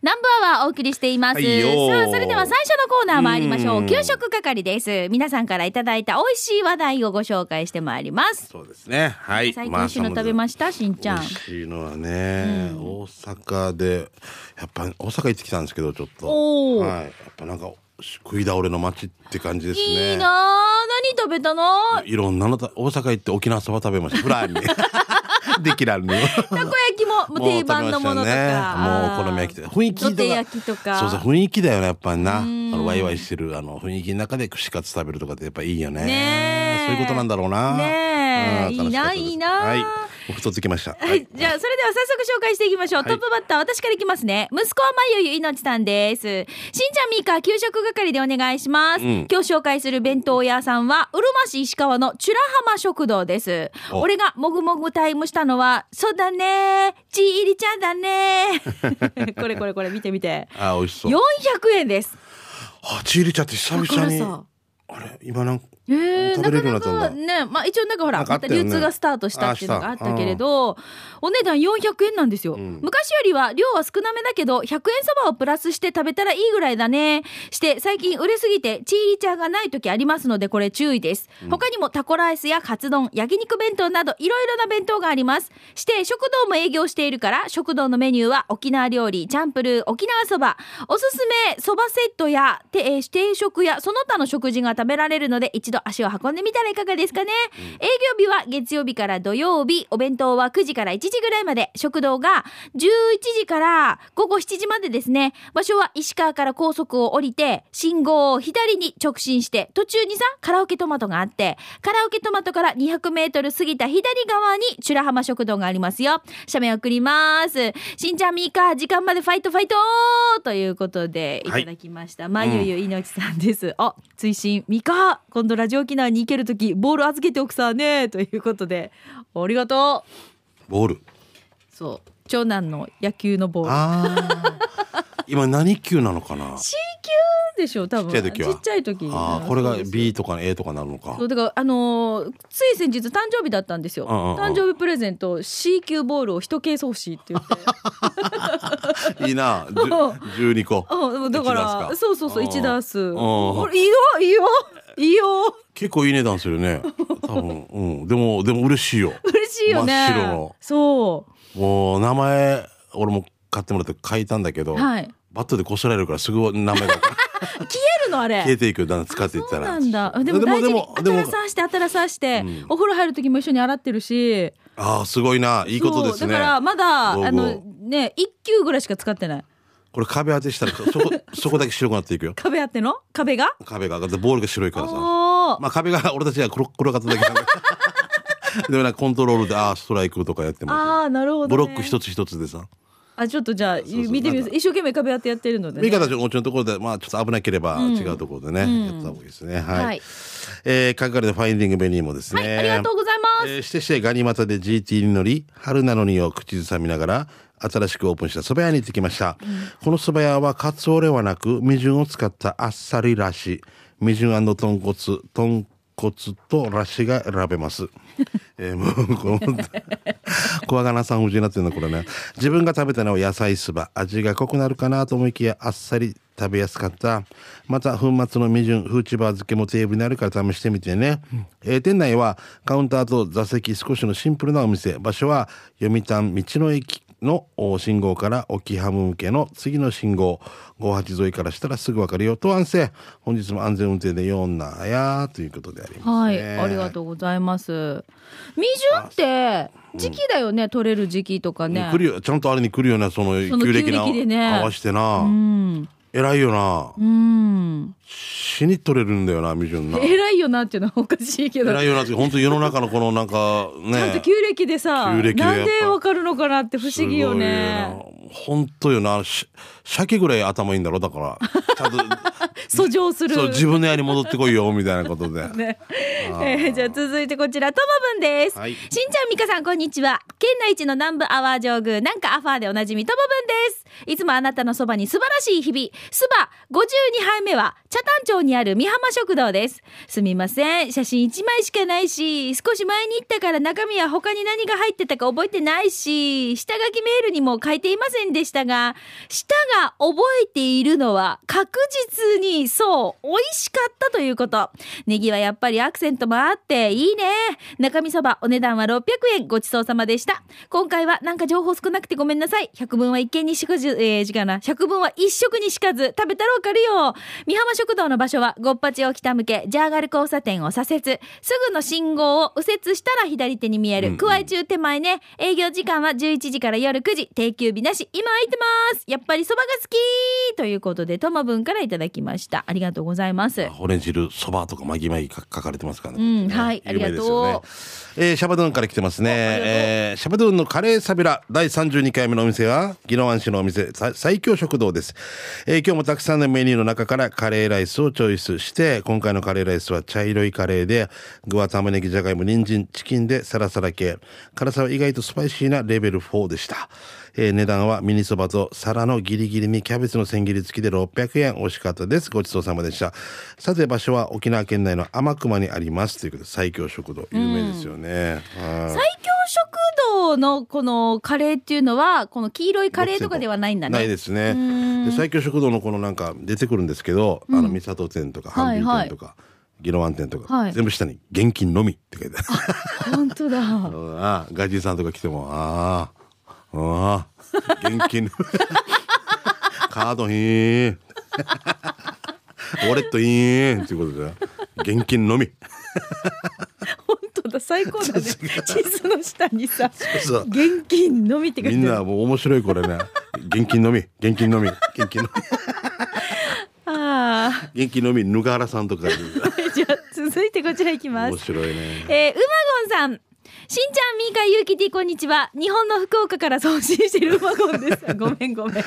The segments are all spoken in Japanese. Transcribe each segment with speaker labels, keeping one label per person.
Speaker 1: 南部アワーお送りしています。
Speaker 2: はいよー
Speaker 1: さあ、それでは最初のコーナー参りましょ
Speaker 2: う
Speaker 1: う。
Speaker 2: ん
Speaker 1: 給食係です。皆さんからいただいた美味しい話題をご紹介してまいります。
Speaker 2: そうですね。はい。
Speaker 1: 最近美味しいの食べましたしんちゃん
Speaker 2: 美味。しいのはね、大阪で、やっぱ大阪行ってきたんですけど、ちょっと。
Speaker 1: おー
Speaker 2: はい。やっぱなんか、食い倒れの街って感じですね。
Speaker 1: いいなあ何食べたの
Speaker 2: いろんなのた、大阪行って沖縄そば食べました。フ ランに。できらんに。
Speaker 1: たこ焼きももう定番のものとか。
Speaker 2: もうお好み焼きとか雰囲気
Speaker 1: 土手焼きとか。
Speaker 2: そうそう雰囲気だよねやっぱりなあのワイワイしてるあの雰囲気の中で串カツ食べるとかってやっぱいいよね
Speaker 1: ねえ
Speaker 2: そういうことなんだろうな
Speaker 1: ねえ
Speaker 2: うん楽しかったです
Speaker 1: いいな
Speaker 2: はい
Speaker 1: いいな
Speaker 2: もう太つきましたは
Speaker 1: はい、じゃあそれでは早速紹介していきましょう、
Speaker 2: はい
Speaker 1: トップバッター私からいきますね息子はまゆゆいのちさんですしんちゃんみーか給食係でお願いします、
Speaker 2: うん
Speaker 1: 今日紹介する弁当屋さんはうるま市石川のチュラハマ食堂です
Speaker 2: お
Speaker 1: 俺がもぐもぐタイムしたのはそうだねちいりちゃんだ ねこれこれこれ見て見て
Speaker 2: あ美味しそ
Speaker 1: 400
Speaker 2: う
Speaker 1: 円です
Speaker 2: あち入れちゃって久
Speaker 1: だか
Speaker 2: 々
Speaker 1: ら
Speaker 2: に
Speaker 1: さ
Speaker 2: あれ今なんか
Speaker 1: えー、な
Speaker 2: 食べれる
Speaker 1: か
Speaker 2: ように
Speaker 1: な
Speaker 2: なったんだ
Speaker 1: かね、まあ一応なんかほら、
Speaker 2: なんかあ
Speaker 1: ま
Speaker 2: った
Speaker 1: た
Speaker 2: よね
Speaker 1: 流通がスタートしたっていうのがあったけれど、お値段400円なんですよ、
Speaker 2: うん
Speaker 1: 昔よりは量は少なめだけど、100円そばをプラスして食べたらいいぐらいだね。して、最近売れすぎて、チーリチャーがない時ありますので、これ注意です。他にもタコライスやカツ丼、焼肉弁当など、いろいろな弁当があります。して、食堂も営業しているから、食堂のメニューは沖縄料理、チャンプルー、沖縄そば、おすすめそばセットやてえー定食やその他の食事が食べられるので一度足を運んでみたらいかがですかね、営業日は月曜日から土曜日お弁当は9時から1時ぐらいまで食堂が11時から午後7時までですね場所は石川から高速を降りて信号を左に直進して途中にさカラオケトマトがあってカラオケトマトから200メートル過ぎた左側にチュラ浜食堂がありますよ写メ送りますしんちゃんみーか時間までファイトファイトということでい
Speaker 2: はい
Speaker 1: ただきました、まゆゆいのちさんです、あ追伸みか今度ラジオ沖縄に行けるときボール預けておくさねということでありがとう
Speaker 2: ボール
Speaker 1: そう長男の野球のボール
Speaker 2: あー今何級なのかな
Speaker 1: C 級でしょ多分
Speaker 2: ちっちゃい時は
Speaker 1: ちっちゃい時
Speaker 2: あーこれが
Speaker 1: そうです
Speaker 2: B とか A とかなるのか
Speaker 1: そうだからあのーつい先日誕生日だったんですよ
Speaker 2: うんうんうん
Speaker 1: 誕生日プレゼント C 級ボールを一ケース欲しいって言って
Speaker 2: いいなじゅ12個
Speaker 1: うんだか
Speaker 2: 一ダース
Speaker 1: ら
Speaker 2: か
Speaker 1: そうそうそう
Speaker 2: うん
Speaker 1: 1ダース
Speaker 2: ん
Speaker 1: これいいよいいよいいよ
Speaker 2: 結構いい値段するね多分うんでもでも嬉しいよ
Speaker 1: 嬉しいよね
Speaker 2: 真っ白の
Speaker 1: そ
Speaker 2: もう名前俺も買ってもらって書いたんだけど、
Speaker 1: うはい
Speaker 2: バットでこすられるからすぐ名前 が
Speaker 1: あるのあれ
Speaker 2: 消えていくだんだん使っていったら
Speaker 1: そうなんだでも大事に
Speaker 2: でも
Speaker 1: 新さして新さして、
Speaker 2: うん
Speaker 1: お風呂入る時も一緒に洗ってるし
Speaker 2: ああすごいないいことです
Speaker 1: そう
Speaker 2: ね
Speaker 1: だからまだ
Speaker 2: 道具を
Speaker 1: あのね一級ぐらいしか使ってない
Speaker 2: これ壁当てしたらそこ そこだけ白くなっていくよ
Speaker 1: 壁あっての壁が
Speaker 2: 壁がだってボールが白いからさ
Speaker 1: おー
Speaker 2: まあ壁が 俺たちが転転がっただけなんだ でもなんかコントロールでああストライクとかやってま
Speaker 1: あーなるほ
Speaker 2: す
Speaker 1: ど、ね、
Speaker 2: ブロック一つ一つでさ
Speaker 1: あちょっとじゃあ
Speaker 2: そうそう
Speaker 1: 見てみま
Speaker 2: なん
Speaker 1: す
Speaker 2: か
Speaker 1: 一生懸命壁当てやってるので、
Speaker 2: 見
Speaker 1: ね、
Speaker 2: 方ちょっとところでまあちょっと危なければ違うところでね、やった方がいいですねはい、
Speaker 1: はい
Speaker 2: えー、かかれたファインディングベニーもですね、
Speaker 1: ありがとうございます、
Speaker 2: えーしてしてガニ股で GT に乗り春なのにを口ずさみながら新しくオープンした蕎麦屋に行ってきました、この蕎麦屋はカツオではなくみじゅんを使ったあっさりらしみじゅん豚骨豚骨とらしが選べます、 えーもうこの 怖がなさん不自由になってるのこれね自分が食べたのは野菜そば味が濃くなるかなと思いきやあっさり食べやすかったまた粉末のみじゅんフーチバー漬けもテーブルにあるから試してみてね、えー店内はカウンターと座席少しのシンプルなお店場所は読谷道の駅のお信号から沖ハム向けの次の信号58沿いからしたらすぐ分かるよと安静本日も安全運転でよんなやということであります
Speaker 1: は
Speaker 2: ね
Speaker 1: い、ありがとうございます。みじゅんって時期だよね、取れる時期とかね。
Speaker 2: 来るよちゃんとあれに来るよなその
Speaker 1: その
Speaker 2: 旧暦な
Speaker 1: 旧暦でね
Speaker 2: 合わしてな、
Speaker 1: うん、
Speaker 2: 偉いよな
Speaker 1: うん、
Speaker 2: 死に取れるんだよなミジュンな
Speaker 1: 偉いよなっていうのはおかしいけど。
Speaker 2: 偉いよなって本当世の中のこのなんか
Speaker 1: ちゃんと
Speaker 2: ね
Speaker 1: 旧暦でさ、
Speaker 2: 旧暦でや
Speaker 1: な
Speaker 2: っぱ
Speaker 1: んでわかるのかなって不思議よね。
Speaker 2: すごいよな本当よなし鮭ぐらい頭いいんだろだから たど
Speaker 1: 訴状する。
Speaker 2: そう自分の家に戻ってこいよみたいなこと で
Speaker 1: ねえーじゃあ続いてこちら、ともぶんです。
Speaker 2: はい
Speaker 1: しんちゃん、みかさん、こんにちは。県内一の南部アワー上宮、なんかアファーでおなじみ、ともぶんです。いつもあなたのそばに素晴らしい日々。スバ52杯目は、茶炭町にある美浜食堂です。すみません。写真1枚しかないし、少し前に行ったから中身は他に何が入ってたか覚えてないし、下書きメールにも書いていませんでしたが、舌が覚えているのは確実にそう、美味しかったということ。ネギはやっぱりアクセントもあっていいね。中身そばお値段は600円ごちそうさまでした。今回はなんか情報少なくてごめんなさい。100分は一見にしかず、えー、違うな。100分は一食にしかず。食べたらわかるよ。美浜食堂の場所はごっぱちを北向け、ジャーガル交差点を左折。すぐの信号を右折したら左手に見える。加え中手前ね。営業時間は11時から夜9時。定休日なし。今空いてます。やっぱりそばが好きということで、ともぶんからいただきました。ありがとうございます。
Speaker 2: 骨汁そばとかまぎまぎ書かれてますからね。
Speaker 1: うんはい
Speaker 2: 有名
Speaker 1: ありがとう
Speaker 2: ですよねえーシャバドゥンから来てますね。
Speaker 1: りがとう
Speaker 2: えーシャバドゥンのカレーサビラ第32回目のお店は、宜野湾市のお店、さ最強食堂です。えー今日もたくさんのメニューの中からカレーライスをチョイスして、今回のカレーライスは茶色いカレーで、具は玉ねぎ、じゃがいも、人参、チキンでサラサラ系。辛さは意外とスパイシーなレベル4でした。えー値段はミニそばと皿のギリギリにキャベツの千切り付きで600円。美味しかったです。ごちそうさまでした。さて場所は沖縄県内の天熊にあります。ということで、最強食堂、有名ですよね。はい
Speaker 1: 最強食堂のこのカレーっていうのはこの黄色いカレーとかではないんだね。
Speaker 2: ないですね。で最強食堂のこのなんか出てくるんですけど、あの三郷店とか
Speaker 1: はい
Speaker 2: 阪
Speaker 1: はい
Speaker 2: 急店とか宜野湾店とか、
Speaker 1: はい
Speaker 2: 全部下に現金のみって書いてある。
Speaker 1: 本当だ。
Speaker 2: ああ外人さんとか来てもああああ現金 カードひん。ウォレットいんっていうことで現金のみ。
Speaker 1: 本当だ。最高だね。地図の下にさ、
Speaker 2: そう
Speaker 1: 現金のみって書い
Speaker 2: み
Speaker 1: て
Speaker 2: ん
Speaker 1: あ
Speaker 2: な
Speaker 1: る。
Speaker 2: もう面白いこれね。現金のみ現金のみ現金の
Speaker 1: あ
Speaker 2: み現金のみぬがはらさんとか
Speaker 1: あ。 じゃあ続いてこちらいきま
Speaker 2: 面
Speaker 1: す。
Speaker 2: 白いね。
Speaker 1: えー、うまごんさん。しんちゃん、みーか、ゆうきてぃこんにちは。日本の福岡から送信してるうまごん です。ごめん、ごめん。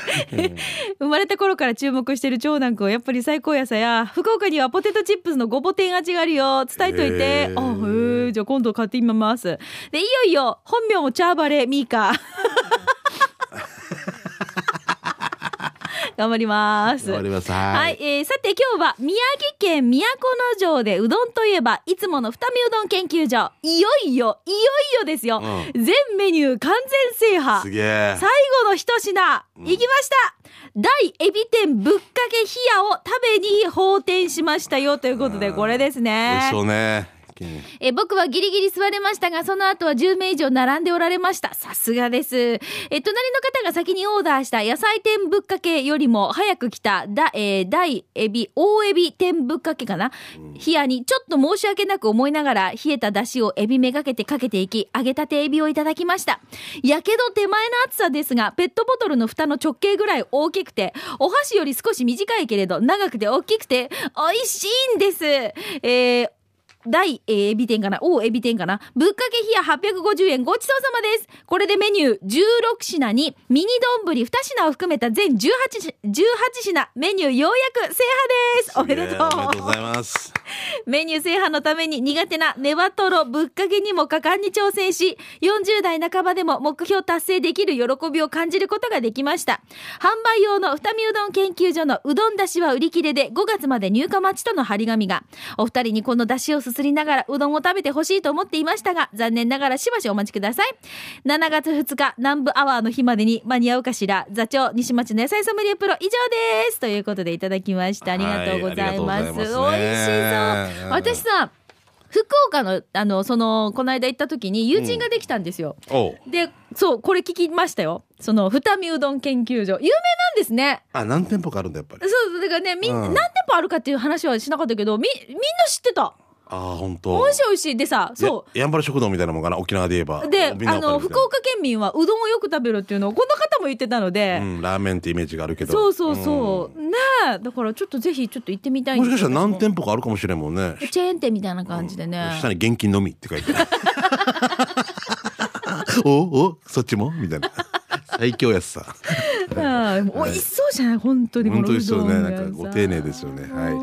Speaker 1: 生まれた頃から注目してる長男くんはやっぱり最高やさや。福岡にはポテトチップスのごぼ天味があるよ。伝えといて。
Speaker 2: へー
Speaker 1: あ、へえ、じゃあ今度買ってみます。で、いよいよ、本名もチャーバレ、みー か。頑張ります。
Speaker 2: 終わります。
Speaker 1: はい、えーさて今日は宮城県都城でうどんといえばいつもの二見うどん研究所いよいよいよいよですよ、
Speaker 2: う
Speaker 1: 全メニュー完全制覇
Speaker 2: すげえ。
Speaker 1: 最後の一品、いきました大エビ天ぶっかけ冷やを食べに放天しましたよということでこれです
Speaker 2: 美
Speaker 1: ね
Speaker 2: 味しそうね。
Speaker 1: えー僕はギリギリ座れましたが、その後は10名以上並んでおられました。さすがです。えー隣の方が先にオーダーした野菜天ぶっかけよりも早く来た、だ、えー大エビ、大エビ天ぶっかけかな。冷やにちょっと申し訳なく思いながら、冷えた出汁をエビめがけてかけていき、揚げたてエビをいただきました。やけど手前の厚さですが、ペットボトルの蓋の直径ぐらい大きくて、お箸より少し短いけれど、長くて大きくて、美味しいんです。えー大えーエビ天かな大エビ天かなぶっかけ冷や850円ごちそうさまですこれでメニュー16品にミニ丼2品を含めた全18し18品メニューようやく制覇ですおめでとう
Speaker 2: おめでとうござ います。
Speaker 1: メニュー制覇のために苦手なネバトロぶっかけにも果敢に挑戦し、40代半ばでも目標達成できる喜びを感じることができました。販売用の二見うどん研究所のうどんだしは売り切れで5月まで入荷待ちとの張り紙が。お二人にこのだしをすすりながらうどんを食べてほしいと思っていましたが、残念ながらしばしお待ちください。7月2日南部アワーの日までに間に合うかしら。座長西町の野菜ソムリエプロ以上です。ということでいただきました。ありがとうございます。
Speaker 2: は
Speaker 1: 美味
Speaker 2: いありがとうございますね
Speaker 1: しそうう。
Speaker 2: ん
Speaker 1: 私さ、福岡の、あの、その、この間行った時に友人ができたんですよ。
Speaker 2: おう
Speaker 1: で、そう、これ聞きましたよ。その、二見うどん研究所。有名なんですね。
Speaker 2: あ、何店舗かあるんだ、やっぱり。
Speaker 1: そう、だからね、みん、
Speaker 2: うん
Speaker 1: 何店舗あるかっていう話はしなかったけど、み、みんな知ってた。
Speaker 2: ああ、本当。
Speaker 1: 美味しい美味しい。でさ、そう。
Speaker 2: う。やんばる食堂みたいなもんかな、沖縄で言えば。
Speaker 1: で、
Speaker 2: みん
Speaker 1: あ
Speaker 2: なわか
Speaker 1: の、
Speaker 2: るみた
Speaker 1: 福
Speaker 2: いな。
Speaker 1: 岡県民はうどんをよく食べるっていうのを、この方も言ってたので、
Speaker 2: うん、ラーメンってイメージがあるけど。
Speaker 1: そうそうそう。ねえ、だからちょっとぜひちょっと行ってみた
Speaker 2: う
Speaker 1: い
Speaker 2: ん
Speaker 1: ん
Speaker 2: も
Speaker 1: で
Speaker 2: し
Speaker 1: す
Speaker 2: かしたら何
Speaker 1: 店
Speaker 2: 店舗かあるかもしれんもんね。
Speaker 1: チェーン店みたいな感じでね。
Speaker 2: 下に現金 のみって書いてある。おおそっちもみたいな。最強やすさ。
Speaker 1: はい美味しそうじゃない本当にこ
Speaker 2: 本
Speaker 1: の
Speaker 2: 当で
Speaker 1: う
Speaker 2: すよ
Speaker 1: どん
Speaker 2: ね。
Speaker 1: が
Speaker 2: なんかご丁寧ですよね。はい。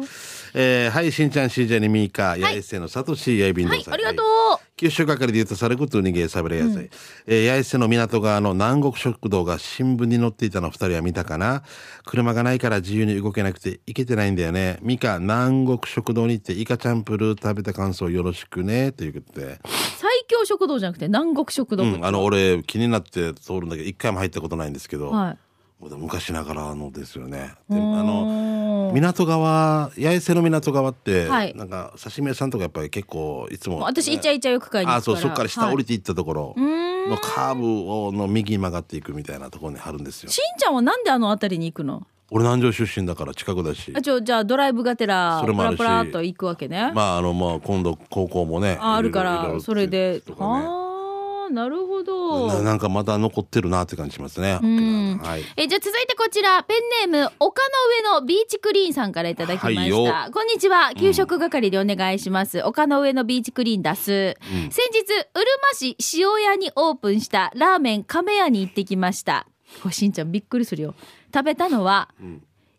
Speaker 2: えー、はい、しんちゃん、しんちゃんにみーか、やえせのさとし、やいびんど
Speaker 1: は
Speaker 2: う
Speaker 1: い
Speaker 2: さん。
Speaker 1: ありがとう
Speaker 2: はい九州係で言うとされることにげさべれやすい。えー、八重瀬の港側の南国食堂が新聞に載っていたの二人は見たかな車がないから自由に動けなくて行けてないんだよね。ミカ、南国食堂に行ってイカチャンプルー食べた感想よろしくね。ということで。
Speaker 1: 最強食堂じゃなくて南国食堂、
Speaker 2: うん、あの、俺気になって通るんだけど、一回も入ったことないんですけど、
Speaker 1: はい
Speaker 2: もう昔ながらのですよね。
Speaker 1: う
Speaker 2: で
Speaker 1: ーん
Speaker 2: あの、港側八重瀬の港側って、
Speaker 1: はい
Speaker 2: なんか刺身屋さんとかやっぱり結構いつも、
Speaker 1: 私イチャイチャよく買いに行くから
Speaker 2: あそうそっから下降りていったところ
Speaker 1: はい、うーん
Speaker 2: のカーブをの右に曲がっていくみたいなところにあるんですよ
Speaker 1: しんちゃんはなんであの辺りに行くの
Speaker 2: 俺南城出身だから近くだし
Speaker 1: あちょじゃあドライブがてら
Speaker 2: それ
Speaker 1: プ
Speaker 2: もあ
Speaker 1: ラ
Speaker 2: るし
Speaker 1: プラっと行くわけね、
Speaker 2: まああのまあ今度高校もね
Speaker 1: あ、あるか
Speaker 2: いろいろ
Speaker 1: らそれで、
Speaker 2: とか
Speaker 1: ああなるほ
Speaker 2: ねな
Speaker 1: ど
Speaker 2: なんかまた残ってるなって感じしますね
Speaker 1: ん
Speaker 2: はい
Speaker 1: えじゃあ続いてこちらペンネーム丘の上のビーチクリーンさんからいただきま
Speaker 2: はい
Speaker 1: し
Speaker 2: よ
Speaker 1: たこんにちは給食係でお願いします、丘の上のビーチクリーンだす、先日うるま市塩屋にオープンしたラーメン亀屋に行ってきましたこれしんちゃんびっくりするよ食べたのは、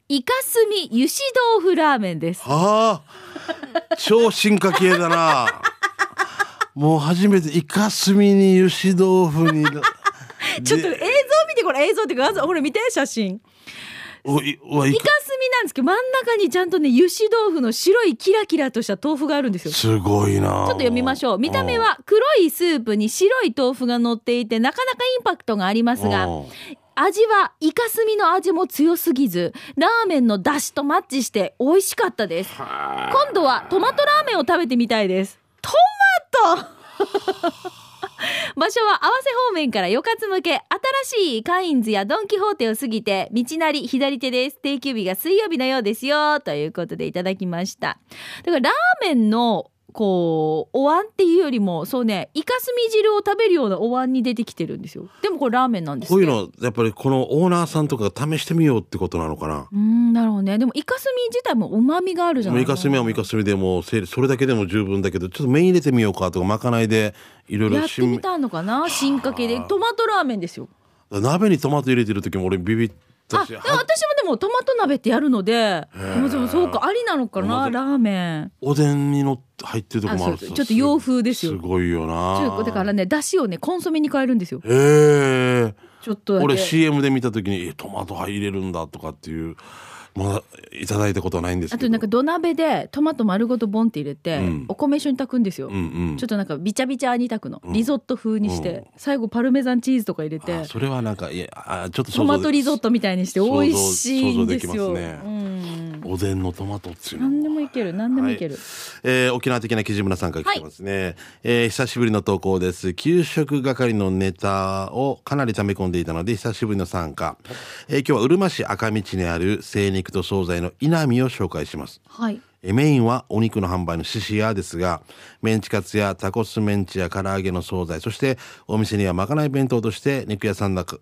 Speaker 1: イカスミ油脂豆腐ラーメンです
Speaker 2: はあ超進化系だなもう初めてイカスミに油脂豆腐に
Speaker 1: ちょっと映
Speaker 2: で
Speaker 1: 像見てこれ映像っていうかほら見て写真
Speaker 2: おいおい
Speaker 1: イカスミなんですけど真ん中にちゃんとね油脂豆腐の白いキラキラとした豆腐があるんですよ
Speaker 2: すごいなちょ
Speaker 1: ち
Speaker 2: っ
Speaker 1: ょっと読みましょう。見た目は黒いスープに白い豆腐が乗っていて、なかなかインパクトがありますが、味はイカスミの味も強すぎず、ラーメンの出汁とマッチして美味しかったです。今度はトマトラーメンを食べてみたいです。トマト 場所は合わせ方面からよかつ向け新しいカインズやドン・キホーテを過ぎて道なり左手です定休日が水曜日のようですよということでいただきましただからラーメンのこうお椀っていうよりもそうねイカスミ汁を食べるようなお椀に出てきてるんですよでもこれラーメンなんです
Speaker 2: こ
Speaker 1: っ
Speaker 2: う
Speaker 1: て
Speaker 2: いうのやっぱりこのオーナーさんとかが試してみようってことなのかな
Speaker 1: うーんだろうねでもイカスミ自体もうまみがあるじゃ
Speaker 2: もう
Speaker 1: ない
Speaker 2: イカスミはもうイカスミでもうせいそれだけでも十分だけどちょっと麺入れてみようかとかまかないでいろい
Speaker 1: や
Speaker 2: ろ
Speaker 1: ってみたのかな進化系でトマトラーメンですよ
Speaker 2: 鍋にトマト入れてる時も俺ビビっ
Speaker 1: あ
Speaker 2: たし
Speaker 1: でも
Speaker 2: は
Speaker 1: 私もでもトマト鍋ってやるのででもでもそうかありなのかな
Speaker 2: トマト
Speaker 1: ラーメン
Speaker 2: おでんにのって入ってるとこもある
Speaker 1: あそうちょっと洋風ですよ
Speaker 2: すごいよ
Speaker 1: ちょっ
Speaker 2: な
Speaker 1: とだからねだしをねコンソメに変えるんですよ
Speaker 2: へえ
Speaker 1: ちょっとだけ
Speaker 2: 俺 CM で見た時にえトマト入れるんだとかっていうまだいただいたことはないんです
Speaker 1: あ
Speaker 2: けど
Speaker 1: となんか土鍋でトマト丸ごとボンって入れて、
Speaker 2: うん
Speaker 1: お米一緒に炊くんですよ、
Speaker 2: うんうん
Speaker 1: ちょっとなんかびちゃびちゃに炊くの、
Speaker 2: ん
Speaker 1: リゾット風にして、
Speaker 2: うん
Speaker 1: 最後パルメザンチーズとか入れて
Speaker 2: あそれはなんかいやあちょっと想
Speaker 1: ト
Speaker 2: 像で
Speaker 1: マトリゾットみたいにして美味しいんですよ
Speaker 2: 想像できますね
Speaker 1: うん
Speaker 2: おでんのトマトっていうの
Speaker 1: 何でもいける何でもいける、
Speaker 2: えー沖縄的な木地村さんから来てますね、えー久しぶりの投稿です給食係のネタをかなり溜め込んでいたので久しぶりの参加、えー今日はうるま市赤道にある精肉と惣菜の稲見を紹介します
Speaker 1: はい
Speaker 2: えーメインはお肉の販売の獅子屋ですが、メンチカツやタコスメンチや唐揚げの惣菜、そしてお店にはまかない弁当として肉屋さんだか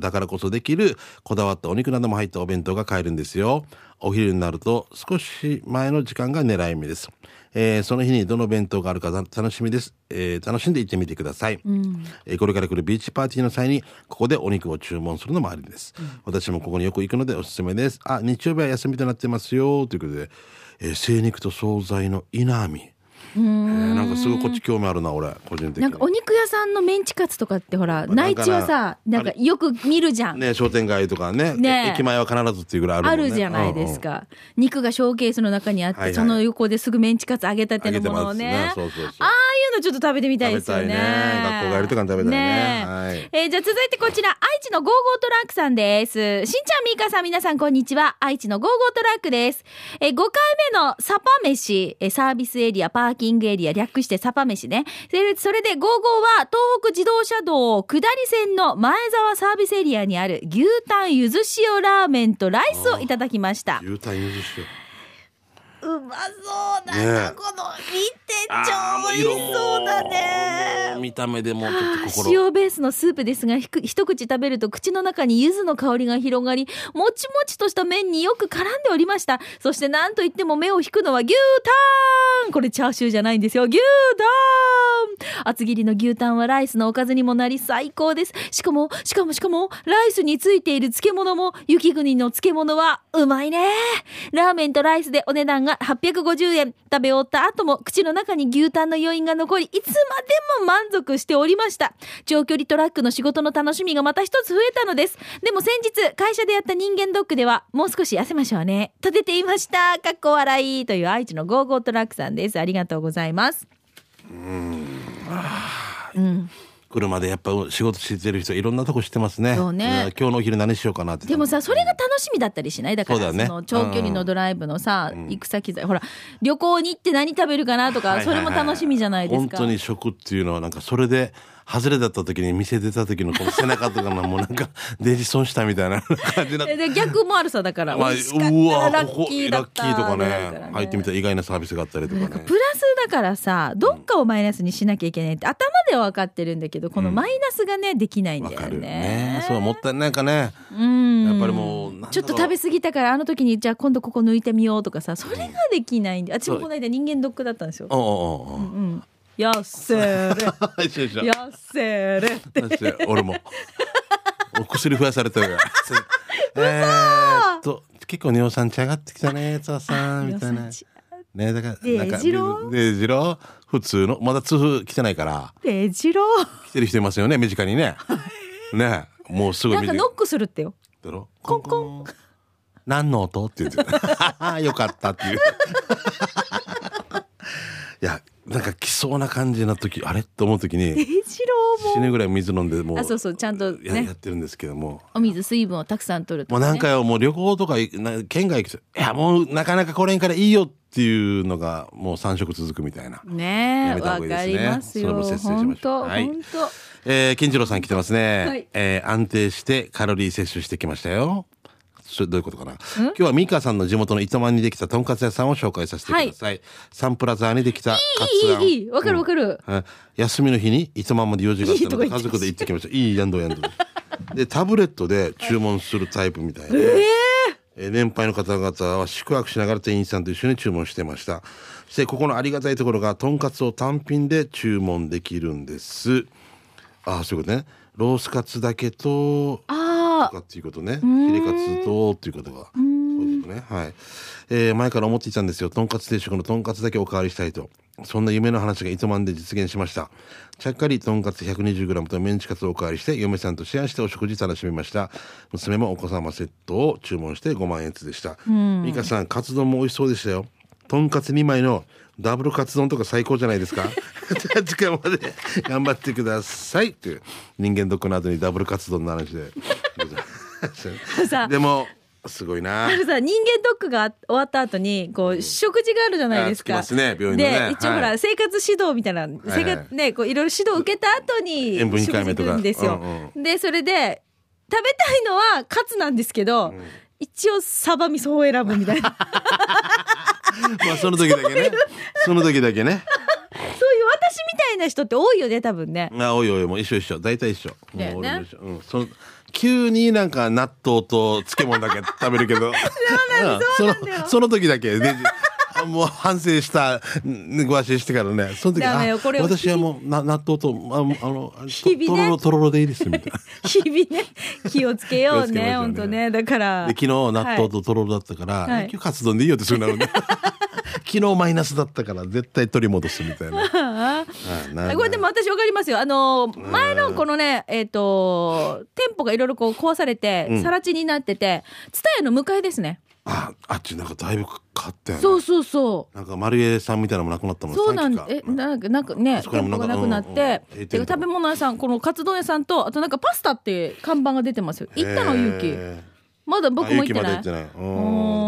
Speaker 2: だからこそできるこだわったお肉なども入ったお弁当が買えるんですよ。お昼になると少し前の時間が狙い目です。えーその日にどの弁当があるか楽楽しみです。えー楽しんで行ってみてください。えーこれから来るビーチパーティーの際にここでお肉を注文するのもありです、私もここによく行くのでおすすめですあ日曜日は休みとなってますよということで、えー精肉と惣菜の稲見えーなんかすごいこっち興味あるな俺個人的
Speaker 1: なん
Speaker 2: に
Speaker 1: かお肉屋さんのメンチカツとかってほら内地はさな
Speaker 2: なんんか
Speaker 1: か
Speaker 2: な
Speaker 1: よく見るじゃん、
Speaker 2: ね商店街とかね
Speaker 1: ねえ
Speaker 2: 駅前は必ずっていうぐらいあるも
Speaker 1: あ
Speaker 2: ん、ね、
Speaker 1: るじゃないです
Speaker 2: うんうん
Speaker 1: か、肉がショーケースの中にあって、
Speaker 2: はいはい
Speaker 1: その横ですぐメンチカツ揚げたてのものをね
Speaker 2: 揚げてますねそうそうそう
Speaker 1: ああいうのちょっと食べてみたいですよね
Speaker 2: 食べたいね学校帰りとかに食べたいね
Speaker 1: え
Speaker 2: はい
Speaker 1: えーじゃあ続いてこちら愛知のゴーゴートラックさんですしんちゃんみーかさん皆さんこんにちは愛知のゴーゴートラックです、えー、5回目のサパ飯えーサービスエリアパーキングエリア略してサパ飯ねそれそれでゴーゴーは東北自動車道下り線の前沢サービスエリアにある牛タンゆず塩ラーメンとライスをいただきました
Speaker 2: 牛タンゆずしよ
Speaker 1: うまそう
Speaker 2: ねえ
Speaker 1: この見
Speaker 2: あーもう
Speaker 1: 店長
Speaker 2: 色
Speaker 1: 美味
Speaker 2: も
Speaker 1: しそうだね
Speaker 2: もう見た目でもうちょっと
Speaker 1: あー
Speaker 2: 心
Speaker 1: 塩ベースのスープですがひく一口食べると口の中に柚子の香りが広がりもちもちとした麺によく絡んでおりましたそしてなんといっても目を引くのは牛タンこれチャーシューじゃないんですよ牛タン厚切りの牛タンはライスのおかずにもなり最高ですしかもしかもしかもライスについている漬物も雪国の漬物はうまいねラーメンとライスでお値段が850円食べ終わった後も口の中に牛タンの余韻が残りいつまでも満足しておりました長距離トラックの仕事の楽しみがまた一つ増えたのですでも先日会社でやった人間ドックではもう少し痩せましょうねと出ていましたかっこ笑いという愛知のゴーゴートラックさんですありがとうございます
Speaker 2: 車でやっぱ仕事してる人いろんなとこ知ってますね
Speaker 1: そうね
Speaker 2: ん今日のお昼何しようかなって
Speaker 1: でもさそれが楽しみだったりしないだから
Speaker 2: そうだね
Speaker 1: の長距離のドライブのさ、行く先々ほら旅行に行って何食べるかなとか、
Speaker 2: はいはいはい
Speaker 1: それも楽しみじゃないですか
Speaker 2: 本当に食っていうのはなんかそれで外れだった時に店出た時のこの背中とかのもうな んかデジソンしたみたいな感じな
Speaker 1: えで逆もあるさだから、
Speaker 2: まあ
Speaker 1: 美味しかったらラ
Speaker 2: こ
Speaker 1: ッ
Speaker 2: こ
Speaker 1: キーだ
Speaker 2: ラ
Speaker 1: っ
Speaker 2: ッキ
Speaker 1: た
Speaker 2: ーとか
Speaker 1: ぐらいだら
Speaker 2: ね入ってみたら意外なサービスがあったりとかね
Speaker 1: プラスだからさどっかをマイナスにしなきゃいけないって頭では分かってるんだけどこのマイナスがねできないんだ
Speaker 2: わ
Speaker 1: よ
Speaker 2: か
Speaker 1: ね
Speaker 2: るよねそうもったいないかね
Speaker 1: うん
Speaker 2: やっぱりもうなんだろう
Speaker 1: ちょっと食べ過ぎたからあの時にじゃあ今度ここ抜いてみようとかさそれができないんで私もこの間人間ドックだったんですよ
Speaker 2: おうおうおう
Speaker 1: 痩せれ
Speaker 2: 一緒一緒
Speaker 1: 痩せれって
Speaker 2: だって俺もお薬増やされた よえーっと結構尿酸値上がってきたねつわさんみたいな
Speaker 1: 尿酸値
Speaker 2: ねだから
Speaker 1: で
Speaker 2: なんか
Speaker 1: じろう
Speaker 2: ででじろう普通のまだ痛風来てないから
Speaker 1: でじろう
Speaker 2: 来てる人いますよね身近 にねねもうすぐ
Speaker 1: なん
Speaker 2: 見
Speaker 1: か
Speaker 2: て
Speaker 1: ノックするってよ
Speaker 2: だろ
Speaker 1: コンコン
Speaker 2: 何の音って言 ってたよかったっていう いやなんか来そうな感じな時あれと思う時
Speaker 1: で
Speaker 2: に
Speaker 1: じろう
Speaker 2: 死
Speaker 1: も
Speaker 2: ぬぐらい水飲んでもう
Speaker 1: あそうそうちゃんとね
Speaker 2: ややってるんですけども
Speaker 1: お水水分をたくさん取ると
Speaker 2: もう
Speaker 1: かね
Speaker 2: なんかよ、もう旅行とかい、な県外行くと、いや、もうなかなかこれんからいいよっていうのが、もう3食続くみたいな。
Speaker 1: ね
Speaker 2: や
Speaker 1: え、
Speaker 2: めた
Speaker 1: わ
Speaker 2: 方が
Speaker 1: か
Speaker 2: いいで
Speaker 1: り
Speaker 2: すね
Speaker 1: ます
Speaker 2: それ
Speaker 1: よ。
Speaker 2: も節制しましょう
Speaker 1: 本当、
Speaker 2: はい
Speaker 1: 本当。
Speaker 2: えー、金次郎さん来てますね。
Speaker 1: はい
Speaker 2: えー安定してカロリー摂取してきましたよ。それどういうことかな今日はミカさんの地元の糸満にできたとんかつ屋さんを紹介させてください。サンプラザーにできたカツ
Speaker 1: い
Speaker 2: アン
Speaker 1: い、いい、わかるわかる。
Speaker 2: はい休みの日に糸満まで用事があったの
Speaker 1: いい
Speaker 2: で
Speaker 1: とこ行って
Speaker 2: 家族で行ってきましたいいやんどやんどでタブレットで注文するタイプみたいで、えー年配の方々は宿泊しながら店員さんと一緒に注文してましたそしてここのありがたいところがとんかつを単品で注文できるんですああそういうことねロースカツだけと
Speaker 1: あ
Speaker 2: とかっていうことね。ヒレカツとっていうことが。そういうことね。はい。えー前から思っていたんですよ。とんかつ定食のとんかつだけお代わりしたいと。そんな夢の話が糸満で実現しました。ちゃっかりとんかつ 120g とメンチカツをお代わりして、嫁さんとシェアしてお食事楽しみました。娘もお子様セットを注文して5万円つでした。美香さん、カツ丼も美味しそうでしたよ。とんかつ2枚のダブルカツ丼とか最高じゃないですか じゃあ次回まで頑張ってくださいという人間ドックの後にダブルカツ丼の話でございます
Speaker 1: さあ
Speaker 2: でもすごいな
Speaker 1: あ。あるさ、人間ドックが終わった後に、こう、食事があるじゃないですか。
Speaker 2: あつきますね病院のね
Speaker 1: で、一応ほ
Speaker 2: は
Speaker 1: ら、
Speaker 2: い
Speaker 1: 生活指導みたいな、
Speaker 2: はい
Speaker 1: 生活、ね、こう、いろいろ指導を受けた後に、
Speaker 2: 塩分控えめとか
Speaker 1: 食事するんですよ
Speaker 2: うん。
Speaker 1: で、それで、食べたいのはカツなんですけど、一応サバ味噌を選ぶみたい な、
Speaker 2: まあその時だけね。その時だけね。
Speaker 1: そういう私みたいな人って多いよね、多分ね。
Speaker 2: あおいおいもう一緒一緒大体一緒。
Speaker 1: だよね
Speaker 2: もう俺も一緒。うん。その急になんか納豆と漬 物だけ食べるけど。そうなんそのその時だけで。あもう反省したんご安心してからね。その時
Speaker 1: ダメよ
Speaker 2: あ
Speaker 1: これを
Speaker 2: 私はもうな納豆とああのあ
Speaker 1: 日々ね
Speaker 2: ととろろとろろでいいですみたいな。
Speaker 1: 日々ね、気をつけよう
Speaker 2: 気をつけまし
Speaker 1: ね、
Speaker 2: ょうね
Speaker 1: 本当ね。だから。
Speaker 2: で昨日納豆ととろろだったから、
Speaker 1: はい
Speaker 2: 今日カツ丼でいいよってすぐなるん で昨日マイナスだったから絶対取り戻すみたいなああな
Speaker 1: あ
Speaker 2: あ
Speaker 1: これでも私わかりますよ。あのー、前のこのね、えっ、と、店舗がいろいろこう壊されて、さら地になってて、ツタヤの向かいですね。
Speaker 2: ああっちなんかだいぶ買ったよね
Speaker 1: そうそうそ
Speaker 2: なんか丸江さんみたいなのもなくなったも
Speaker 1: う。
Speaker 2: ん
Speaker 1: そうなん
Speaker 2: さっき
Speaker 1: え、
Speaker 2: か
Speaker 1: なんか、なんかね、
Speaker 2: あそこに
Speaker 1: 店
Speaker 2: もな
Speaker 1: 舗
Speaker 2: ん
Speaker 1: がな
Speaker 2: か
Speaker 1: くなって、
Speaker 2: うんうんうん
Speaker 1: てか食べ物屋さん、このカツ丼屋さんと、あとなんかパスタって看板が出てますよ。行ったの、
Speaker 2: へ
Speaker 1: ゆうき。
Speaker 2: え
Speaker 1: まだ僕
Speaker 2: あ
Speaker 1: も行っ
Speaker 2: ゆうき
Speaker 1: て
Speaker 2: まだ
Speaker 1: な
Speaker 2: 行
Speaker 1: い。
Speaker 2: ってないうん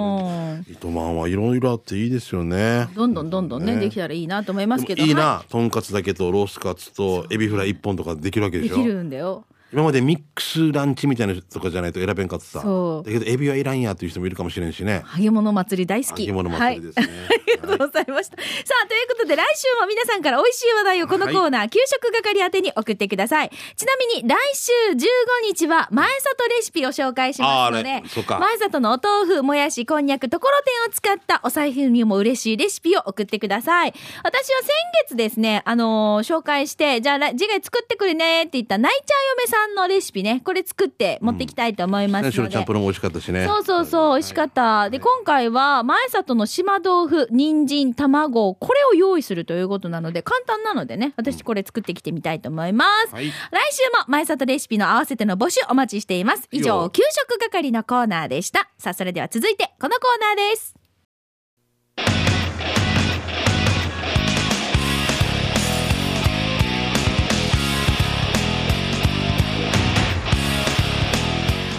Speaker 1: うん
Speaker 2: 糸満はいろいろあっていいですよね
Speaker 1: どんどんどんどんね、
Speaker 2: ね
Speaker 1: できたらいいなと思いますけど。
Speaker 2: でもいい
Speaker 1: は
Speaker 2: なとんかつだけとロースカツとエビフライ一本とかできるわけ
Speaker 1: い。
Speaker 2: で
Speaker 1: で
Speaker 2: しょ
Speaker 1: きるんだよ。
Speaker 2: 今までミックスランチみたいなのとかじゃないと選べんかったさ
Speaker 1: そう
Speaker 2: だけどエビはいらんやっていう人もいるかもしれんしね
Speaker 1: 揚げ物祭り大好き。
Speaker 2: 揚げ物
Speaker 1: は
Speaker 2: 祭
Speaker 1: い
Speaker 2: りですね、
Speaker 1: りがとうございました。さあ、ということで来週も皆さんから美味しい話題をこのコーナー、給食係宛てに送ってください。ちなみに来週15日は前里レシピを紹介しますの
Speaker 2: あー
Speaker 1: で
Speaker 2: あれそうか、
Speaker 1: 前里のお豆腐、もやし、こんにゃく、ところてんを使ったお財布にも嬉しいレシピを送ってください。私は先月ですね、あのー紹介して、じゃあ来次回作ってくれねって言った泣いちゃう嫁さんのレシピね、これ作って持ってきたいと思いますので。
Speaker 2: しろちゃんプロも美味しかったしね。
Speaker 1: そうそうそう、美味しかった。で、今回は、前里の島豆腐、人参、卵、これを用意するということなので、簡単なのでね、私これ作ってきてみたいと思います。
Speaker 2: はい
Speaker 1: 来週も前里レシピの合わせての募集お待ちしています。以
Speaker 2: いい
Speaker 1: 上、
Speaker 2: よ
Speaker 1: 給食係のコーナーでした。さあ、それでは続いて、このコーナーです。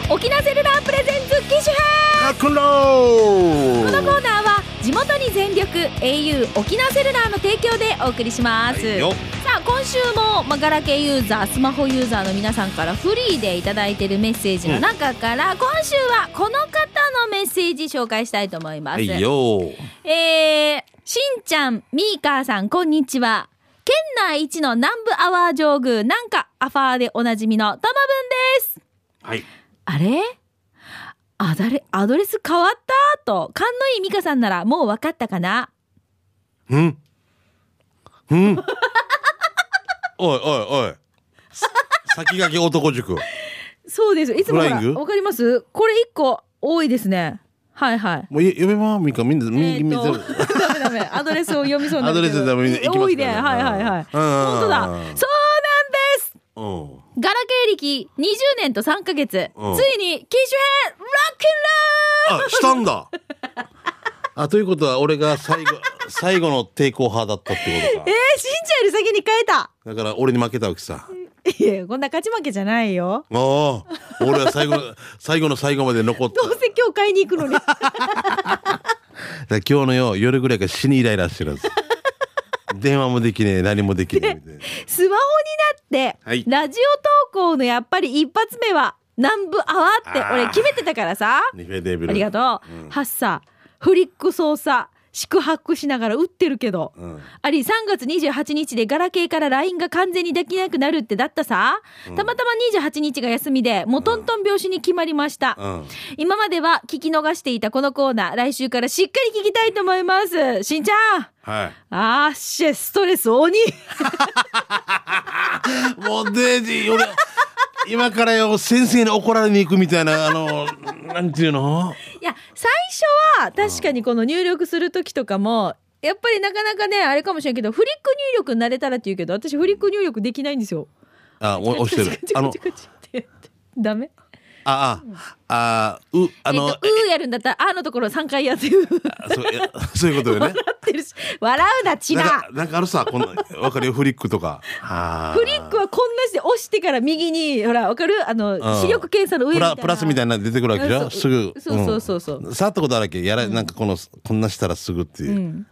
Speaker 1: 沖縄セルラープレゼンツ機種編
Speaker 2: かっこんろ
Speaker 1: このコーナーは地元に全力 au 沖縄セルラーの提供でお送りします、
Speaker 2: はいよ
Speaker 1: さあ今週も、まあ、ガラケーユーザースマホユーザーの皆さんからフリーでいただいているメッセージの中から、今週はこの方のメッセージ紹介したいと思います、
Speaker 2: はいよ
Speaker 1: えー、しんちゃん、みーかーさん、こんにちは。県内一の南部アワー上宮、なんかアファーでおなじみのトマブンです。
Speaker 2: はい。
Speaker 1: あれあだれ、アドレス変わったと、勘のいい美香さんならもう分かったかな
Speaker 2: うん。うん。おいおいおい。さ先駆け男塾。
Speaker 1: そうです。いつもほら、
Speaker 2: フライング
Speaker 1: わかりますこれ一個多いですね。はいはい。
Speaker 2: もう、呼べまみか、みんな、み、
Speaker 1: えー
Speaker 2: み、
Speaker 1: とダメダメ。アドレスを読みそうにな
Speaker 2: アド
Speaker 1: る
Speaker 2: レ
Speaker 1: けど
Speaker 2: スダメみんな行きますから
Speaker 1: 多いね。はいはいはい。
Speaker 2: うん
Speaker 1: 本当だ。そうなんです
Speaker 2: うん。
Speaker 1: ガラケー歴20年と3ヶ月。
Speaker 2: うん
Speaker 1: ついに、機種編ロックン
Speaker 2: あ、したんだ。あ、ということは、俺が最後、最後の抵抗派だったってこと
Speaker 1: ロール
Speaker 2: か。
Speaker 1: えー、しんちゃんより先に変えた
Speaker 2: だから、俺に負けたわけさ。
Speaker 1: いや、こんな勝ち負けじゃないよ。
Speaker 2: ああ、俺は最後の、最後の最後まで残った。
Speaker 1: どうせ今日買いに行くの に。
Speaker 2: だから今日のよ夜ぐらいから死にイライラしてるんです 電話もできねえ何もできねえみたいな
Speaker 1: スマホになって、
Speaker 2: はい
Speaker 1: ラジオ投稿のやっぱり一発目は南部アワーって
Speaker 2: あー
Speaker 1: 俺決めてたからさ
Speaker 2: ニフェデビル
Speaker 1: ありがとう、ハッサフリック操作宿泊しながら打ってるけど、
Speaker 2: うん
Speaker 1: あり3月28日でガラケーから LINE が完全にできなくなるってだったさ、たまたま28日が休みでもうトントン拍子に決まりました、
Speaker 2: うん
Speaker 1: 今までは聞き逃していたこのコーナー来週からしっかり聞きたいと思いますしんちゃん
Speaker 2: は
Speaker 1: あーっしゃストレス鬼
Speaker 2: いもうデイジー俺今からよ先生に怒られに行くみたいなあのなんていうの
Speaker 1: いや最初は確かにこの入力する時とかもやっぱりなかなかねあれかもしれんけどフリック入力になれたらって言うけど私フリック入力できないんですよ。
Speaker 2: あお押してるあの
Speaker 1: カチカチカチってやってダメ
Speaker 2: あああうあ
Speaker 1: あ
Speaker 2: の
Speaker 1: の、えっと、うーやるんだったらあのところ3回やってうー
Speaker 2: あそうえそういうこと よね
Speaker 1: 笑ってるし笑うなち
Speaker 2: なん
Speaker 1: な
Speaker 2: かなんかあるさこんなわかるよフリックとかあー
Speaker 1: フリックはこんなして押してから右にほらわかるあの
Speaker 2: うん
Speaker 1: 視力検査の上み
Speaker 2: プ
Speaker 1: たいな
Speaker 2: ラプラスみたいなの出てくるわけじゃ
Speaker 1: うん
Speaker 2: ん
Speaker 1: そう
Speaker 2: すぐ
Speaker 1: そうそうそうそうん
Speaker 2: 触ったことあるわけやらなんかこのこんなしたらすぐっていう、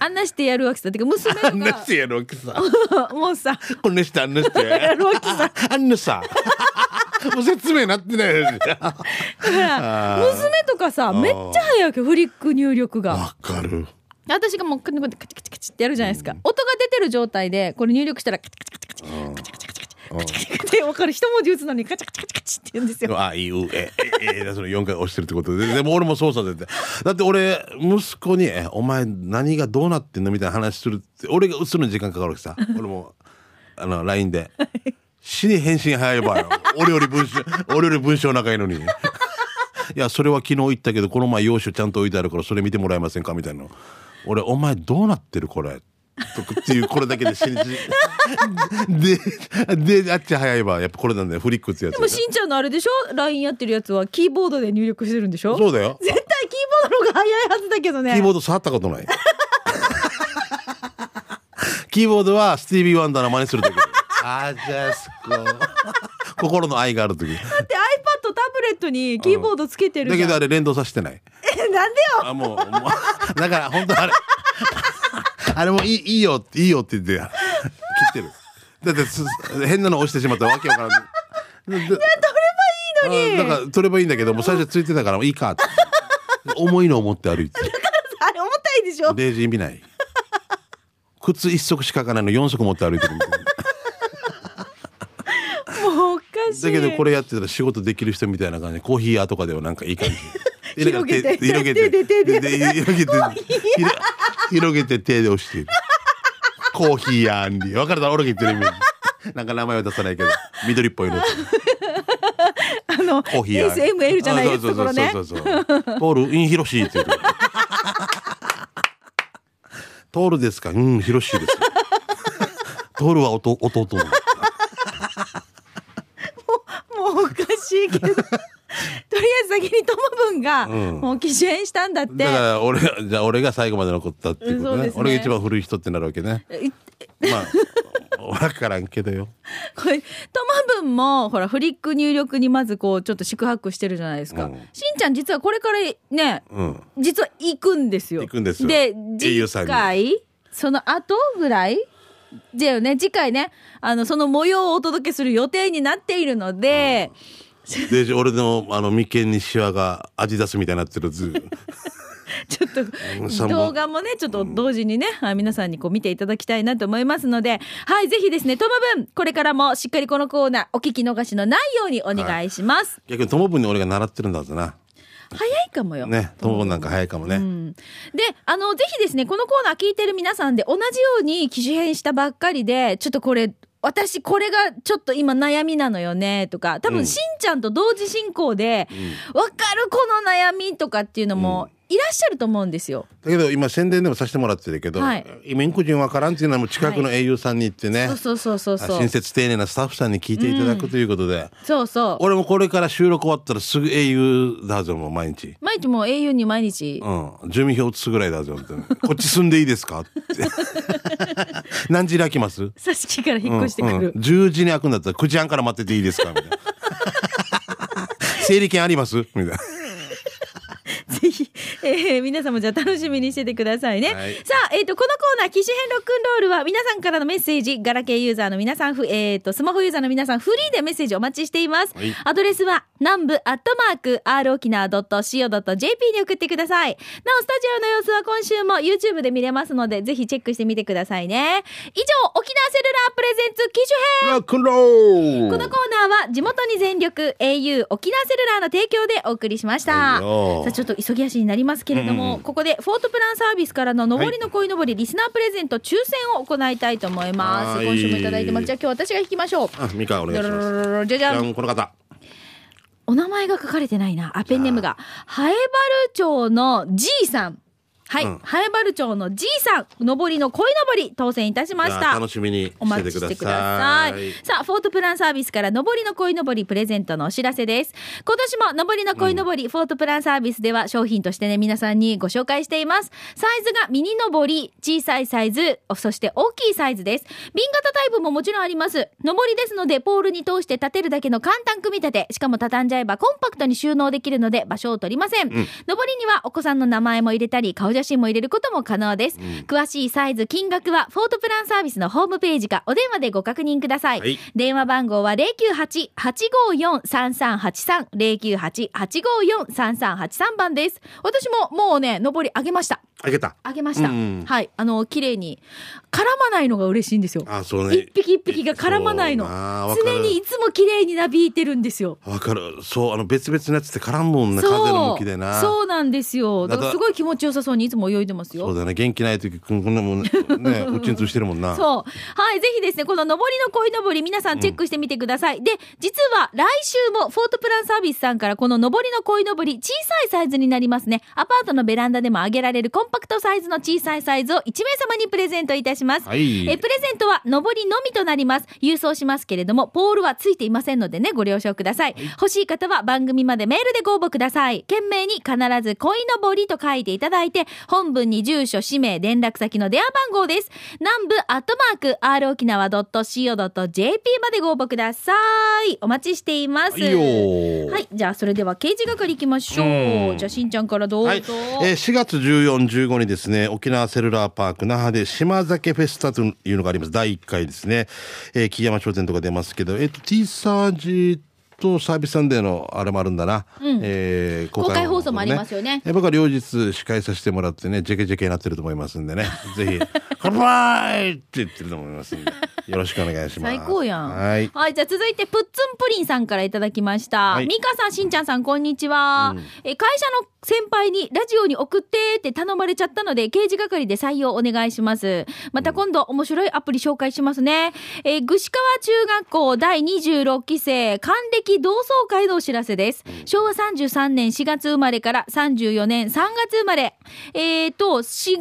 Speaker 1: あんなしてやるわけさてか娘と
Speaker 2: あんなしてやるわけさ
Speaker 1: かもうさ
Speaker 2: こんなしてあんなして
Speaker 1: やるわけさ
Speaker 2: あんなさもう説明なってないよね
Speaker 1: ほら
Speaker 2: あー
Speaker 1: 娘とかさめっちゃ早いわけフリック入力が。
Speaker 2: わかる
Speaker 1: 私がもうカチカチカチカチってやるじゃないですか、音が出てる状態でこれ入力したらカチカチカチカチカチカチカチカチカチカチカチって分かる一文字打つのにカチカチカチカチって言うんですよ
Speaker 2: あいうえ えええその4回押してるってことででも俺も操作でだって俺息子に「えお前何がどうなってんの?」みたいな話するって俺がするのに時間かかるわ けさ俺もあの LINE で「死に返信早いばよ俺より文章俺より文章仲いいのに」いやそれは昨日言ったけどこの前用紙ちゃんと置いてあるからそれ見てもらえませんかみたいな俺お前どうなってるこれとかっていうこれだけで死にでであっち早いわやっぱこれなんだよフリックってやつ
Speaker 1: でもしんちゃんのあれでしょ LINE やってるやつはキーボードで入力してるんでしょ
Speaker 2: そうだよ
Speaker 1: 絶対キーボードの方が早いはずだけどね
Speaker 2: キーボード触ったことない キーボードはスティービー・ワンダーの真似する時あじゃあすこ 心の愛がある時
Speaker 1: だって iPad タブレットにキーボードつけてる
Speaker 2: だ
Speaker 1: じ
Speaker 2: け
Speaker 1: ゃん、
Speaker 2: どあれ連動させてない
Speaker 1: え なんでよ
Speaker 2: あもうもうだから本 当あれあれもいいいいよいいよって言って切ってるだってす変なの押してしまったらわけ わからん取ればいいのにだから取ればいいんだけどもう最初ついてたからもういいかって重いのを持って歩いて
Speaker 1: あれ重たいでし ょ
Speaker 2: デイジー見ない靴一足しか履かないの四足持って歩いてるみたい な
Speaker 1: もうおかしい
Speaker 2: だけどこれやってたら仕事できる人みたいな感じでコーヒー屋とかではなんかいい感じ
Speaker 1: 広げて
Speaker 2: 広げて
Speaker 1: 手で手で
Speaker 2: で広 げてひら広げて手で押してるコーヒー屋に分かるだろ俺が言ってる意味なんか名前は出さないけど緑っぽいの
Speaker 1: あの
Speaker 2: コーヒー屋
Speaker 1: SML じゃないです
Speaker 2: あ
Speaker 1: ところね
Speaker 2: そうそうそうそうそうポールインヒロシーって言うトールですかうんヒロシーですトールはおと弟の
Speaker 1: もうおかしいけどとりあえず先にトモブンが
Speaker 2: うん
Speaker 1: もう機種変したんだって、
Speaker 2: だから俺がじゃあ俺が最後まで残ったっていうこと
Speaker 1: そう
Speaker 2: ね
Speaker 1: ですね
Speaker 2: 俺が一番古い人ってなるわけね
Speaker 1: い
Speaker 2: まあ 分からんけどよ
Speaker 1: これトマブンもほらフリック入力にまずこうちょっと宿泊してるじゃないですか、
Speaker 2: うん
Speaker 1: しんちゃん実はこれからね
Speaker 2: うん
Speaker 1: 実は行くんですよ
Speaker 2: 行くんですよ
Speaker 1: で
Speaker 2: 英
Speaker 1: 次
Speaker 2: 雄さんに
Speaker 1: 回その後ぐらいだよね次回ねあのその模様をお届けする予定になっているので、
Speaker 2: で俺のあの眉間にシワが味出すみたいになってるず
Speaker 1: ちょっ
Speaker 2: うん
Speaker 1: と
Speaker 2: 三本
Speaker 1: 動画もねちょっと同時にね、あ皆さんにこう見ていただきたいなと思いますのではいぜひですねともぶんこれからもしっかりこのコーナーお聞き逃しのないようにお願いします、
Speaker 2: 逆に友分に俺が習ってるんだぞな
Speaker 1: 早いかもよ、
Speaker 2: ね友分なんか早いかもね、
Speaker 1: うんであのぜひですねこのコーナー聞いてる皆さんで同じように機種変したばっかりでちょっとこれ私これがちょっと今悩みなのよねとか多
Speaker 2: う
Speaker 1: 分
Speaker 2: ん
Speaker 1: しんちゃんと同時進行で「わ、かるこの悩み」とかっていうのもいらっしゃると思うんですよ。
Speaker 2: だけど今宣伝でもさせてもらってるけど、
Speaker 1: はい
Speaker 2: 今インコ人わからんっていうのはもう近くの英雄さんに行ってね、
Speaker 1: そうそうそうそうそう
Speaker 2: 親切丁寧なスタッフさんに聞いていただくということで、
Speaker 1: そうそう
Speaker 2: 俺もこれから収録終わったらすぐ英雄だぞもう毎日。
Speaker 1: 毎日もう au に毎日
Speaker 2: うん、住民票移すぐらいだぞみたいな こっち住んでいいですかって 何時に開きます
Speaker 1: 挿し木から引っ越してくる、
Speaker 2: うんうん、10時に開くんだったら9時半から待ってていいですかみたいな 整理券ありますみたいな
Speaker 1: ぜひ、えー皆さんもじゃあ楽しみにしててくださいね。
Speaker 2: はい
Speaker 1: さあ、えっ、と、このコーナー、機種変ロックンロールは、皆さんからのメッセージ、ガラケーユーザーの皆さん、ふえっ、と、スマホユーザーの皆さん、フリーでメッセージお待ちしています。
Speaker 2: はい
Speaker 1: アドレスは、南部アットマーク、r 沖縄 .co.jp に送ってください。なお、スタジオの様子は今週も YouTube で見れますので、ぜひチェックしてみてくださいね。以上、沖縄セルラープレゼンツ、機種変
Speaker 2: ロックンロ
Speaker 1: こ
Speaker 2: ー
Speaker 1: の
Speaker 2: ル
Speaker 1: コーナーは地元に全力 au 沖縄セルラーの提供でお送りしました。
Speaker 2: はいよ
Speaker 1: さあちょっと急ぎ足になりますけれども、ここでフォートプランサービスからの上りの鯉のぼりリスナープレゼント抽選を行いたいと思います。
Speaker 2: はい
Speaker 1: 今週もいただいてます。じゃあ今日私が引きましょう。
Speaker 2: あみかんお願いします
Speaker 1: じゃじ
Speaker 2: じ
Speaker 1: ゃ
Speaker 2: ゃ
Speaker 1: ん
Speaker 2: んこの方
Speaker 1: お名前が書かれてないな。あ、ペンネームが。ハエバル町のじいさん。はい。
Speaker 2: うん
Speaker 1: ハエバル町のじいさん。上りの鯉のぼり当選いたしまし
Speaker 2: じゃあ
Speaker 1: た。
Speaker 2: 楽しみに
Speaker 1: お
Speaker 2: し
Speaker 1: 待
Speaker 2: て
Speaker 1: ち
Speaker 2: てく
Speaker 1: し
Speaker 2: だ
Speaker 1: てく
Speaker 2: さ
Speaker 1: だ
Speaker 2: い
Speaker 1: さい。さあ、フォートプランサービスから、上りのこいのぼりプレゼントのお知らせです。今年も、上りのこいのぼり、フォートプランサービスでは、商品としてね、皆さんにご紹介しています。サイズがミニのぼり、小さいサイズ、そして大きいサイズです。瓶型タイプももちろんあります。上りですので、ポールに通して立てるだけの簡単組み立て。しかも畳んじゃえば、コンパクトに収納できるので、場所を取りません。上りには、お子さんの名前も入れたり、顔写真も入れることも可能です。詳しいサイズ、金額は、フォートプランサービスのホームページか、お電話でご確認ください。
Speaker 2: はい
Speaker 1: 電話番号は098-854-3383、098-854-3383番です。私ももうね、上り上げました。
Speaker 2: あげた
Speaker 1: 上げました。
Speaker 2: うん
Speaker 1: はい。あの、綺麗に。絡まないのが嬉しいんですよ。
Speaker 2: あそうね
Speaker 1: 一匹一匹が絡まないの
Speaker 2: そうあ。わかる
Speaker 1: 常にいつも綺麗になびいてるんですよ。
Speaker 2: わかるそうあの別々のやつって絡むもんな風の
Speaker 1: そ
Speaker 2: 向きでな
Speaker 1: う。そうなんですよ。だから
Speaker 2: な
Speaker 1: す
Speaker 2: んか
Speaker 1: ごい気持ちよさそうにいつも泳いでますよ
Speaker 2: そう。だね元気ない時こんなもんね うちんつしてるもんな
Speaker 1: そう。はい。ぜひですね、この上りの鯉のぼり、皆さんチェックしてみてください。で、実は来週もフォートプランサービスさんからこの上りの鯉のぼり、小さいサイズになりますね。アパートのベランダでも上げられるコンパクトサイズの小さいサイズを1名様にプレゼントいたします。
Speaker 2: はい
Speaker 1: えプレゼントは上りのみとなります。郵送しますけれども、ポールはついていませんのでね、ご了承ください。欲しい方は番組までメールでご応募ください。件名に必ず恋のぼりと書いていただいて、本文に住所、氏名、連絡先の電話番号です。南部アットマーク、r 沖縄 .co.jp までご応募ください。お待ちしています。
Speaker 2: いいよー
Speaker 1: はい、じゃあそれでは刑事係行きましょう。
Speaker 2: うん
Speaker 1: じゃあしんちゃんからどうぞ。
Speaker 2: はい、えー4月14、15にですね、沖縄セルラーパーク那覇で島酒フェスタというのがあります。第1回ですね。えー、木山商店とか出ますけど、えっ、と、T サージとサービスサンデーのあれもあるんだな、えー
Speaker 1: 公開放送もありますよね
Speaker 2: え僕は両日司会させてもらってねジェケジェケになってると思います んでねぜひ「乾杯!」って言ってると思いますんでよろしくお願いします
Speaker 1: 最高やん。
Speaker 2: は
Speaker 1: はいい。じゃあ続いて、プッツンプリンさんからいただきました。
Speaker 2: はい
Speaker 1: ミカさん、しんちゃんさん、こんにちは、え。会社の先輩にラジオに送ってって頼まれちゃったので、刑事係で採用お願いします。また今度、面白いアプリ紹介しますね。えー、ぐしかわ中学校第26期生、還暦同窓会のお知らせです。昭和33年4月生まれから34年3月生まれ。えーと、4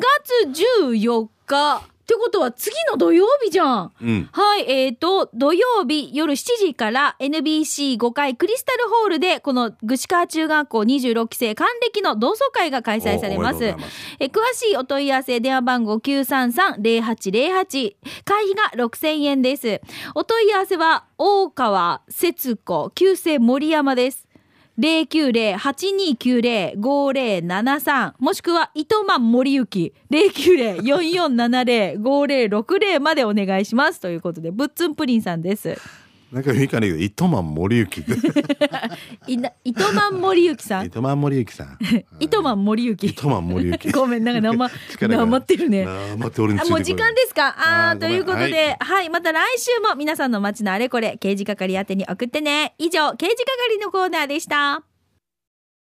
Speaker 1: 月14日。ってことは次の土曜日じゃん。
Speaker 2: うん
Speaker 1: はい、えーと、土曜日夜7時から NBC5 階クリスタルホールで、このぐし川中学校26期生還暦の同窓会が開催されま
Speaker 2: おお
Speaker 1: す。
Speaker 2: めでとうございます
Speaker 1: えー詳しいお問い合わせ電話番号933-0808。会費が6000円です。お問い合わせは、大川節子旧姓森山です。090-8290-5073もしくは糸満森幸090-4470-5060までお願いしますということでぶっつんプリンさんです
Speaker 2: なんかいいかねえけど糸満森行 って
Speaker 1: いな糸満森幸さん
Speaker 2: 糸満森行さ ん
Speaker 1: 糸満森幸
Speaker 2: 糸満森行
Speaker 1: ごめんなんかなま
Speaker 2: 力が
Speaker 1: なまってるね
Speaker 2: なまって俺につ
Speaker 1: あ
Speaker 2: い
Speaker 1: も
Speaker 2: てく
Speaker 1: う
Speaker 2: る
Speaker 1: 時間ですかあ
Speaker 2: あ
Speaker 1: ー
Speaker 2: ー
Speaker 1: ということで、
Speaker 2: ごめん
Speaker 1: はい、また来週も皆さんの街のあれこれ、刑事係宛てに送ってね。以上、刑事係のコーナーでした。